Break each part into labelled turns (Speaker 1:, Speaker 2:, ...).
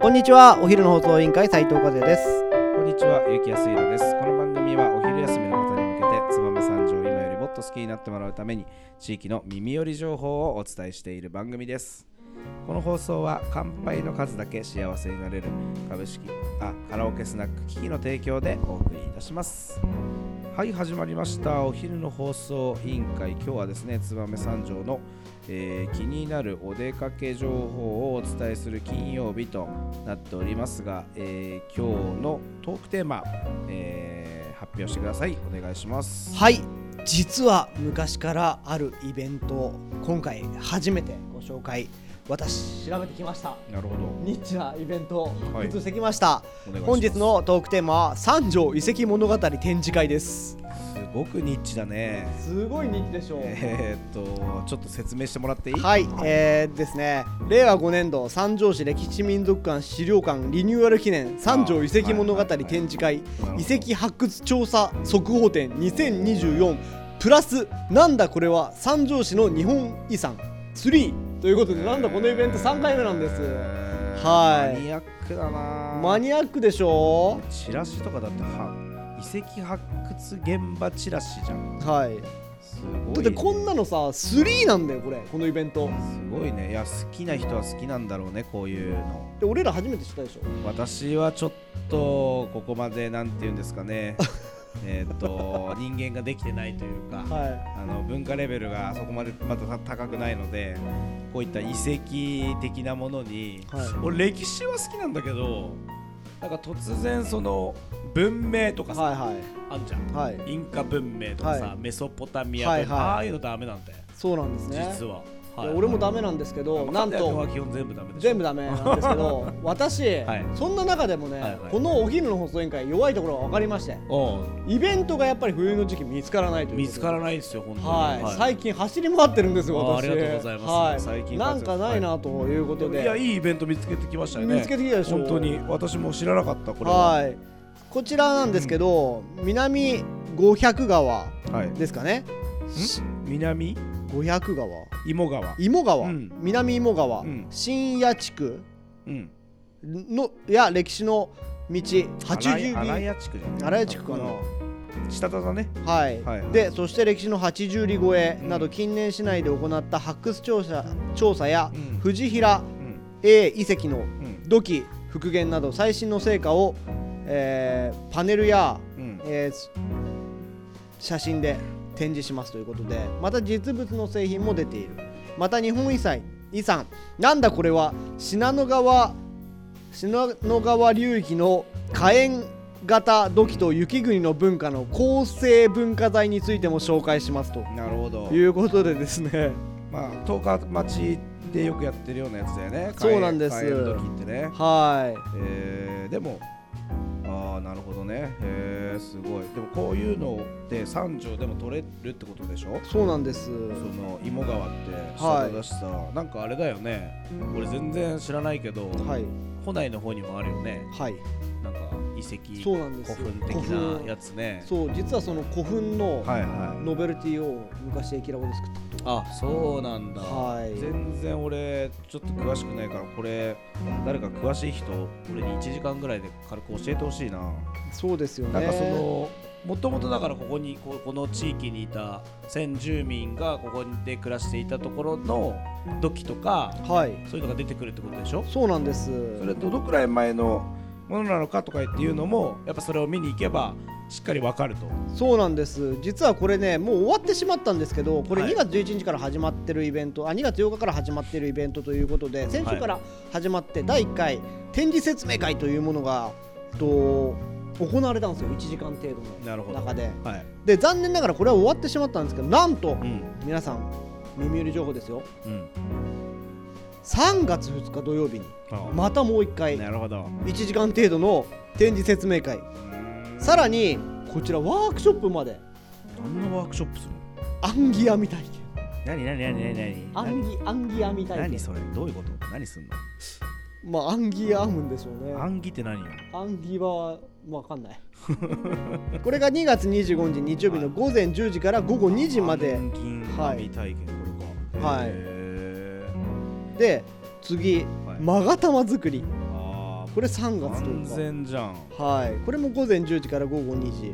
Speaker 1: こんにちはお昼の放送委員会斉藤和也です
Speaker 2: こんにちは、ゆきやすいろです。この番組はお昼休みの方に向けて、つばめ三条を今よりもっと好きになってもらうために、地域の耳寄り情報をお伝えしている番組です。この放送は、乾杯の数だけ幸せになれる株式あカラオケスナック機器の提供でお送りいたします。はい、始まりました。お昼の放送委員会、今日はですね、つばめ三条の、えー気になるお出かけ情報をお伝えする金曜日となっておりますが、えー今日のトークテーマ、えー発表してください。お願いします。
Speaker 1: はい実は昔からあるイベントを今回初めてご紹介私調べてきました
Speaker 2: なるほど。
Speaker 1: ニッチなイベントを
Speaker 2: はい
Speaker 1: 移してきました、
Speaker 2: お願いします
Speaker 1: 本日のトークテーマは三条遺跡物語展示会です
Speaker 2: すごくニッチだね。
Speaker 1: すごいニッチでしょう
Speaker 2: えー、っと、ちょっと説明してもらっていい
Speaker 1: はい、えー、ですね令和5年度三条市歴史民俗館資料館リニューアル記念三条遺跡物語展示会
Speaker 2: はい
Speaker 1: 遺跡発掘調査速報展2024プラスなんだこれは三条市の日本遺産3ということでなんだこのイベント3回目なんです
Speaker 2: えー
Speaker 1: はい
Speaker 2: マニアックだな。
Speaker 1: マニアックでしょ
Speaker 2: チラシとかだっては遺跡発掘現場チラシじゃん。
Speaker 1: はい
Speaker 2: すごいね、
Speaker 1: だってこんなのさ3なんだよこれこのイベント
Speaker 2: すごいね。いや、好きな人は好きなんだろうね、こういうの。
Speaker 1: で俺ら初めて知ったでしょ
Speaker 2: 私はちょっとここまでなんて言うんです かねえっと人間ができてないというか、
Speaker 1: はい
Speaker 2: あの文化レベルがそこまでまた高くないのでこういった遺跡的なものに、
Speaker 1: はい
Speaker 2: 俺歴史は好きなんだけどなんか突然その文明とかさ、
Speaker 1: はいは
Speaker 2: あんじゃん、
Speaker 1: いはい
Speaker 2: インカ文明とかさ、
Speaker 1: はい
Speaker 2: メソポタミアとか、
Speaker 1: はいはい
Speaker 2: ああいうのダメなんだよ、
Speaker 1: そうなんですね
Speaker 2: 実は、
Speaker 1: い
Speaker 2: は
Speaker 1: や
Speaker 2: い、
Speaker 1: 俺もダメなんですけど
Speaker 2: な
Speaker 1: なんん
Speaker 2: とは
Speaker 1: と
Speaker 2: 基本全部ダメでしょ
Speaker 1: 全部ダメなんですけ ど私、
Speaker 2: い
Speaker 1: そんな中でもね、
Speaker 2: はいはい
Speaker 1: このお昼の放送委員会弱いところが分かりまして
Speaker 2: うん
Speaker 1: イベントがやっぱり冬の時期見つからないということで
Speaker 2: 見つからないですよ本当に、
Speaker 1: はい、最近走り回ってるんですよ
Speaker 2: あー
Speaker 1: 私
Speaker 2: ありがとうございます
Speaker 1: はい、
Speaker 2: 最近
Speaker 1: なんかないなということで、
Speaker 2: いやいいイベント見つけてきましたよね
Speaker 1: 見つけてきたでしょ
Speaker 2: 本当に私も知らなかったこれは
Speaker 1: はいこちらなんですけど、南500川
Speaker 2: はい、
Speaker 1: ですかね
Speaker 2: 南
Speaker 1: 500川
Speaker 2: 芋川
Speaker 1: 芋川、
Speaker 2: うん
Speaker 1: 南芋川、
Speaker 2: うん
Speaker 1: 新谷地区
Speaker 2: うん
Speaker 1: のや歴史の道80里
Speaker 2: 荒谷地区じゃない
Speaker 1: 荒谷地区かな、
Speaker 2: うん下田だね
Speaker 1: はい、
Speaker 2: はいはい
Speaker 1: でそして歴史の80里越えなど近年市内で行った発掘調査調査や、
Speaker 2: うん
Speaker 1: 藤平
Speaker 2: うん、
Speaker 1: A 遺跡の
Speaker 2: うん
Speaker 1: 土器復元など最新の成果を、えーパネルや、
Speaker 2: うん
Speaker 1: えーす写真で展示しますということでまた実物の製品も出ているまた日本遺産遺産なんだこれは信濃川信濃川流域の火炎型土器と雪国の文化の構成文化財についても紹介しますと
Speaker 2: なるほど
Speaker 1: いうことでですね
Speaker 2: まあ十日町でよくやってるようなやつだよね
Speaker 1: そうなんです
Speaker 2: 帰る時ってね
Speaker 1: はい
Speaker 2: えー、でもああなるほどねへえすごいでもこういうのって三条でも取れるってことでしょ
Speaker 1: そうなんです
Speaker 2: その芋川って
Speaker 1: はい
Speaker 2: 下田だしさ、なんかあれだよね俺全然知らないけど、
Speaker 1: はい
Speaker 2: 古内の方にもあるよね
Speaker 1: はい
Speaker 2: なんか遺跡
Speaker 1: そうなんですよ
Speaker 2: 古墳的
Speaker 1: 古墳
Speaker 2: なやつね
Speaker 1: そう実はその古墳の
Speaker 2: はいはい
Speaker 1: ノベルティを昔駅ラボで作っ
Speaker 2: あそうなんだ、
Speaker 1: はい
Speaker 2: 全然俺ちょっと詳しくないからこれ誰か詳しい人俺に1時間ぐらいで軽く教えてほしいな
Speaker 1: たそうですよね
Speaker 2: なんかそのもともとだからここにここの地域にいた先住民がここで暮らしていたところの土器とか
Speaker 1: はい
Speaker 2: そういうのが出てくるってことでしょ
Speaker 1: そうなんです
Speaker 2: それどのくらい前のものなのかとかっていうのもやっぱそれを見に行けばしっかりわかると
Speaker 1: そうなんです実はこれねもう終わってしまったんですけどこれ
Speaker 2: はい
Speaker 1: 2月11日から始まってるイベント、あ2月8日から始まってるイベントということで先週から始まって第1回展示説明会というものが、えっと、行われたんですよ1時間程
Speaker 2: な
Speaker 1: 度
Speaker 2: るほ
Speaker 1: の
Speaker 2: ど
Speaker 1: 中で
Speaker 2: はい、
Speaker 1: で残念ながらこれは終わってしまったんですけどなんと、
Speaker 2: うん
Speaker 1: 皆さん耳寄り情報ですよ
Speaker 2: うん
Speaker 1: 3月2日土曜日にまたもう1回
Speaker 2: なるほど
Speaker 1: 1時間程度の展示説明会さらにこちらワークショップまで
Speaker 2: 何のワークショップするの
Speaker 1: アンギ網体験
Speaker 2: 何何何何何
Speaker 1: アンギアンギ網体験
Speaker 2: それどういうこと何すんの
Speaker 1: まあアンギ編むんでしょうね
Speaker 2: 暗記って何よ
Speaker 1: アンギはわかんない これが2月25日日曜日の午前10時から午後2時まで
Speaker 2: 暗記
Speaker 1: はい
Speaker 2: 紙体験これか
Speaker 1: はい
Speaker 2: へー
Speaker 1: で次
Speaker 2: はい
Speaker 1: 勾玉作り
Speaker 2: あ
Speaker 1: これ3月
Speaker 2: 完
Speaker 1: 10
Speaker 2: 全じゃん、
Speaker 1: 日はいこれも午前10時から午後2時
Speaker 2: え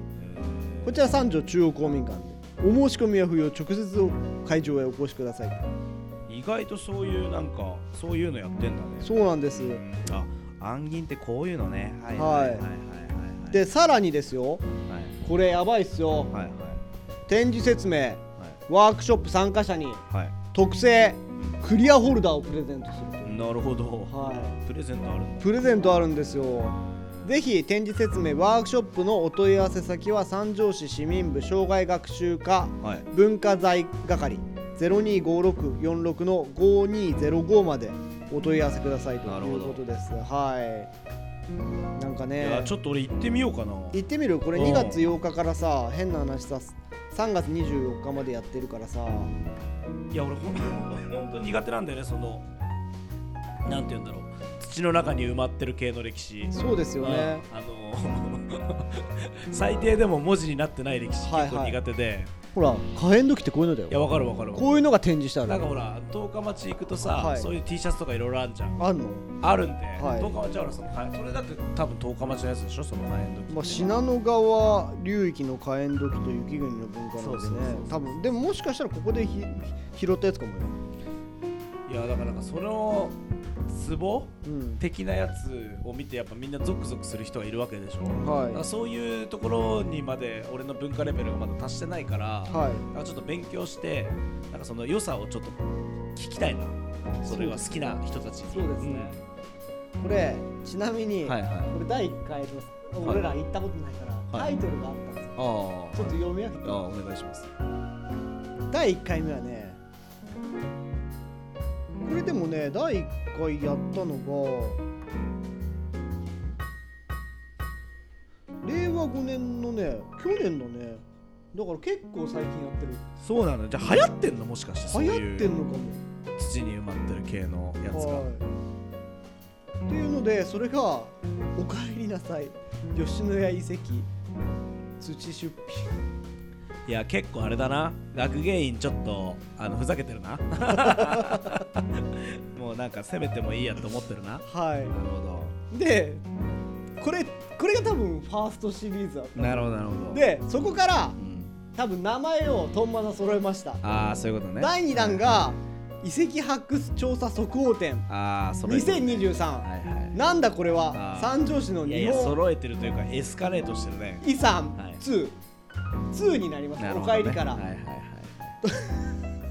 Speaker 1: こちら三条中央公民館でお申し込みは不要直接会場へお越しください
Speaker 2: ー意外とそういうなんかそういうのやってんだね
Speaker 1: そうなんです
Speaker 2: あ暗銀ってこういうのねはい
Speaker 1: はい
Speaker 2: はいはいはいはい
Speaker 1: でさらにですよ
Speaker 2: はい
Speaker 1: これやばいっすよ
Speaker 2: はいはい
Speaker 1: 展示説明
Speaker 2: はい
Speaker 1: ワークショップ参加者に
Speaker 2: はい
Speaker 1: 特製クリアホルダーをプレゼントするとい
Speaker 2: なるほど、
Speaker 1: うは
Speaker 2: プレゼントあるん
Speaker 1: いプレゼントあるんですよぜひ展示説明ワークショップのお問い合わせ先は三条市市民部障害学習課
Speaker 2: だはい
Speaker 1: 文化財係025646の5205までお問い合わせくださいと
Speaker 2: なる
Speaker 1: い
Speaker 2: ほ
Speaker 1: う
Speaker 2: ど
Speaker 1: ことですはいなんか
Speaker 2: いや
Speaker 1: ね
Speaker 2: ちょっと俺行ってみようかな
Speaker 1: 行ってみるこれ
Speaker 2: うん
Speaker 1: 2月8日からさ変な話さ3月24日までやってるからさ
Speaker 2: いや俺ほん 本当に苦手なんだよねそのなんて言うんだろう土の中に埋まってる系の歴史
Speaker 1: そうですよね
Speaker 2: うんあの 最低でも文字になってない歴史
Speaker 1: はい
Speaker 2: 結構苦手で、い
Speaker 1: ほら可変時ってこういうのだ
Speaker 2: や
Speaker 1: よ
Speaker 2: わかるわかるわか
Speaker 1: こういうのが展示してあ
Speaker 2: るなんか
Speaker 1: る
Speaker 2: ほら十日町行くとさ、
Speaker 1: はい
Speaker 2: そういう T シャツとかいろいろあるじゃん
Speaker 1: あんの
Speaker 2: あるんで、
Speaker 1: はい
Speaker 2: 十日町はほらそのはいそれだって多分十日町のやつでしょその前の時って
Speaker 1: まあ、信濃川流域の火炎時と雪国の文化なんで
Speaker 2: そうそうそう
Speaker 1: ね
Speaker 2: そ
Speaker 1: 多
Speaker 2: う
Speaker 1: 分でももしかしたらここでひひ拾ったやつかもよ、
Speaker 2: いやだからなんかその壺
Speaker 1: うん、
Speaker 2: 的なやつを見てやっぱみんなゾクゾクする人がいるわけでしょ、だから
Speaker 1: は
Speaker 2: そういうところにまで俺の文化レベルがまだ達してないから、
Speaker 1: いはい
Speaker 2: だからちょっと勉強してなんかその良さをちょっと聞きたいなそれは好きな人たちに
Speaker 1: そうですねこれちなみに、
Speaker 2: うんはいはい
Speaker 1: これ第1回です
Speaker 2: い
Speaker 1: 俺ら行ったことないから、
Speaker 2: はい
Speaker 1: タイトルがあったんですよち
Speaker 2: ああ
Speaker 1: ょっと読み上げて
Speaker 2: ああお願いします
Speaker 1: 第1回目はねこれでもね第1回やったのが令和5年のね去年だねだから結構最近やってる
Speaker 2: そうなのじゃあ流行ってんのもしかしてそう
Speaker 1: 流行
Speaker 2: い
Speaker 1: ってんの
Speaker 2: う
Speaker 1: か
Speaker 2: 土に埋まってる系のやつ
Speaker 1: も
Speaker 2: が
Speaker 1: はいっていうのでそれが「おかえりなさい吉野家遺跡土出品
Speaker 2: いや結構あれだな学芸員ちょっとあのふざけてる なもうなんか攻めてもいいやと思ってるな」
Speaker 1: はい
Speaker 2: なるほど
Speaker 1: でこれこれが多分ファーストシリーズだった
Speaker 2: なるほどなるほど、
Speaker 1: でそこから
Speaker 2: うん、
Speaker 1: 多分名前をとんまだ揃えました、
Speaker 2: ああそういうことね
Speaker 1: 第2弾が遺跡発掘調査速報展
Speaker 2: ああそれ
Speaker 1: 2023
Speaker 2: はいはい
Speaker 1: なんだこれは
Speaker 2: あー
Speaker 1: 三条市の
Speaker 2: いやい
Speaker 1: 日
Speaker 2: や
Speaker 1: 本
Speaker 2: 揃えてるというかエスカレートしてるね。
Speaker 1: 遺産
Speaker 2: はい
Speaker 1: 2、2になります、
Speaker 2: なる
Speaker 1: お
Speaker 2: ほど
Speaker 1: か
Speaker 2: ね
Speaker 1: えりから、
Speaker 2: はいはいはい。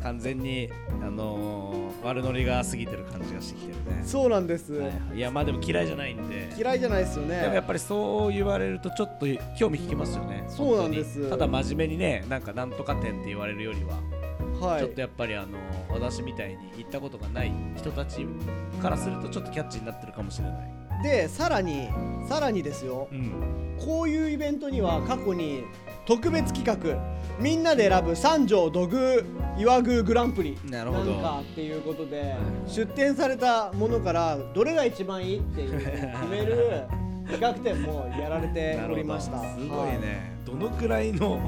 Speaker 2: 完全にあのー、悪ノリが過ぎてる感じがしてきてるね。
Speaker 1: そうなんです、
Speaker 2: はいはい、いやまあでも嫌いじゃないんで。
Speaker 1: 嫌いじゃないですよ
Speaker 2: でもやっ
Speaker 1: ね
Speaker 2: ぱりそう言われるとちょっと興味引きますよね。
Speaker 1: そうなんです
Speaker 2: 本当にただ真面目にねなんかなんとか点って言われるよりは、
Speaker 1: は
Speaker 2: ちょっと
Speaker 1: い
Speaker 2: やっぱりあのー、私みたいに行ったことがない人たちからするとちょっとキャッチになってるかもしれない。
Speaker 1: でさらにさらにですよ
Speaker 2: うん。
Speaker 1: こういうイベントには過去に特別企画みんなで選ぶ三条土偶岩偶グランプリ
Speaker 2: なるほど
Speaker 1: んかっていうことで出展されたものからどれが一番いいっていうのを決め る企画展もやられておりました
Speaker 2: なるほどすごいね、どのくらいの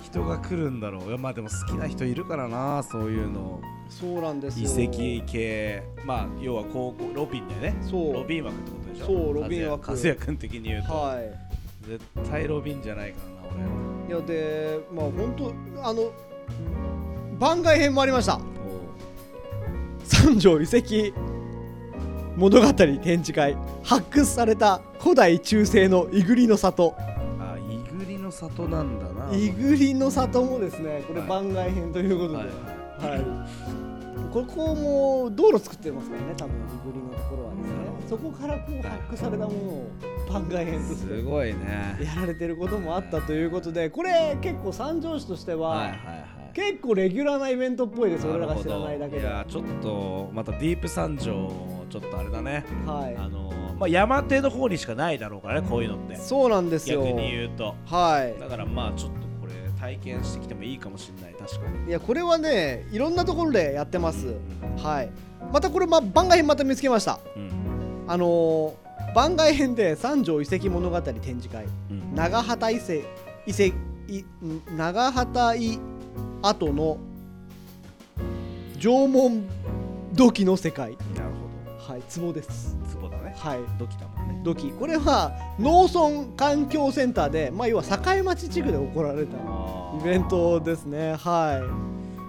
Speaker 2: 人が来るんだろういやまあでも好きな人いるからなそういうの
Speaker 1: はいそうなんです
Speaker 2: 遺
Speaker 1: よ
Speaker 2: 跡系まあ要は高校ロビンだよね
Speaker 1: そう
Speaker 2: ロビン枠ってことでしょ
Speaker 1: そうロビン枠
Speaker 2: 和也和也君的に言うと、
Speaker 1: はい
Speaker 2: 絶対ロビンじゃないからな俺
Speaker 1: いやでまあ本当あの番外編もありました三条遺跡物語展示会発掘された古代中世のいぐりの里
Speaker 2: あイグリの里なんだない
Speaker 1: ぐりの里もですねこれ
Speaker 2: はい
Speaker 1: 番外編ということで、は
Speaker 2: は
Speaker 1: い
Speaker 2: いはい
Speaker 1: ここも道路作ってますからね多分いぐりのところはですねそこからこう発掘されたものを番外編とし
Speaker 2: す
Speaker 1: て
Speaker 2: ごいね
Speaker 1: やられてることもあったということでこれ結構三条市としては、
Speaker 2: はいはいはい
Speaker 1: 結構レギュラーなイベントっぽいです俺らが知らないだけで
Speaker 2: なるほどいやちょっとまたディープ三条ちょっとあれだねあ
Speaker 1: は
Speaker 2: のーまあ、山手の方にしかないだろうからねこういうのって
Speaker 1: いそうなんですよ
Speaker 2: 逆に言うと
Speaker 1: はい
Speaker 2: だからまあちょっとこれ体験してきてもいいかもしれない確かに
Speaker 1: いやこれはねいろんなところでやってますはいまたこれ、ま、番外編また見つけました
Speaker 2: うん
Speaker 1: あのー番外編で三条遺跡物語展示会
Speaker 2: うん
Speaker 1: 長畑遺跡遺跡いん長畑遺跡の縄文土器の世界
Speaker 2: なる
Speaker 1: はい壺です
Speaker 2: ほどツボだねね
Speaker 1: はい
Speaker 2: 土器だもんね
Speaker 1: 土器これは農村環境センターで、まあ、要は境町地区で行われた
Speaker 2: あー
Speaker 1: イベントですねは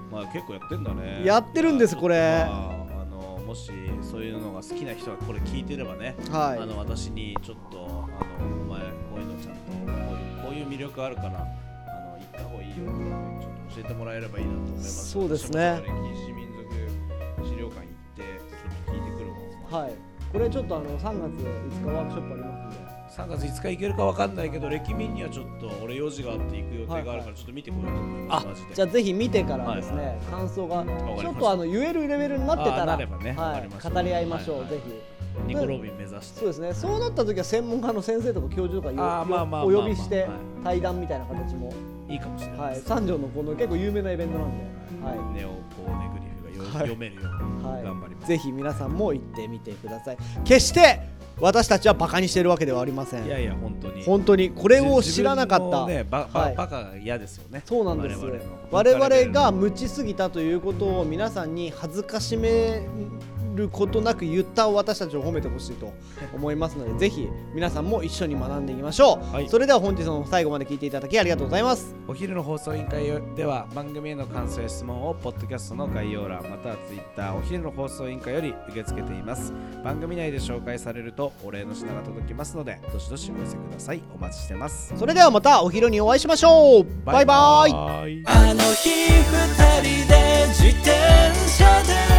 Speaker 2: まあ結構やってんだね
Speaker 1: やってるんです
Speaker 2: いや
Speaker 1: これ
Speaker 2: ちょっとまああのもしそういうのが好きな人がこれ聞いてればね、
Speaker 1: い、はい、
Speaker 2: あの私にちょっとあのお前こういうのちゃんとこういうこういう魅力あるからあの行った方がいいよってちょっと教えてもらえればいいなと思います
Speaker 1: そうですね
Speaker 2: 私もちょっと歴史民族資料館行ってちょっと聞いてくるもん、
Speaker 1: はい、これちょっとあの3月5日ワークショップありますんで
Speaker 2: 3月5日行けるかわかんないけど歴民にはちょっと俺用事があって行く予定があるからちょっと見てこようと思いま
Speaker 1: あ
Speaker 2: す、マジで
Speaker 1: じゃあぜひ見てからですね、
Speaker 2: はいは
Speaker 1: 感想が
Speaker 2: ました
Speaker 1: ちょっとあの言えるレベルになってた
Speaker 2: あ
Speaker 1: ら
Speaker 2: なればねわかりました
Speaker 1: 語り合いましょう、
Speaker 2: はいはい
Speaker 1: ぜひ
Speaker 2: ニコロビン目指して
Speaker 1: そうですねそうなった時は専門家の先生とか教授とかよ
Speaker 2: あーまあまあ
Speaker 1: お呼びして
Speaker 2: まあまあまあ
Speaker 1: 対談みたいな形も、
Speaker 2: いいかもしれない
Speaker 1: はい
Speaker 2: です、
Speaker 1: 三条のこの結構有名なイベントなんで、はい
Speaker 2: ネオポーネグリフが
Speaker 1: は
Speaker 2: よ、
Speaker 1: い
Speaker 2: 読めるように頑張ります、
Speaker 1: ぜひ皆さんも行ってみてください決して私たちはバカにしてるわけではありませ
Speaker 2: い、
Speaker 1: ん
Speaker 2: やいや本当に
Speaker 1: 本当にこれを知らなかった
Speaker 2: 自分のねババ,、
Speaker 1: はい
Speaker 2: バカが嫌ですよね
Speaker 1: そうなんです
Speaker 2: 我
Speaker 1: 我
Speaker 2: 々の
Speaker 1: 々が無知すぎたということを皆さんに恥ずかしめることなく言った私たちを褒めてほしいと思いますのでぜひ皆さんも一緒に学んでいきましょう、
Speaker 2: はい
Speaker 1: それでは本日の最後まで聞いていただきありがとうございます
Speaker 2: お昼の放送委員会では番組への感想や質問をポッドキャストの概要欄またはツイッターお昼の放送委員会より受け付けています番組内で紹介されるとお礼の品が届きますのでどしどしお寄せくださいお待ちしてます
Speaker 1: それではまたお昼にお会いしましょうバイバイ
Speaker 2: バイ
Speaker 3: あの日二人で自転車で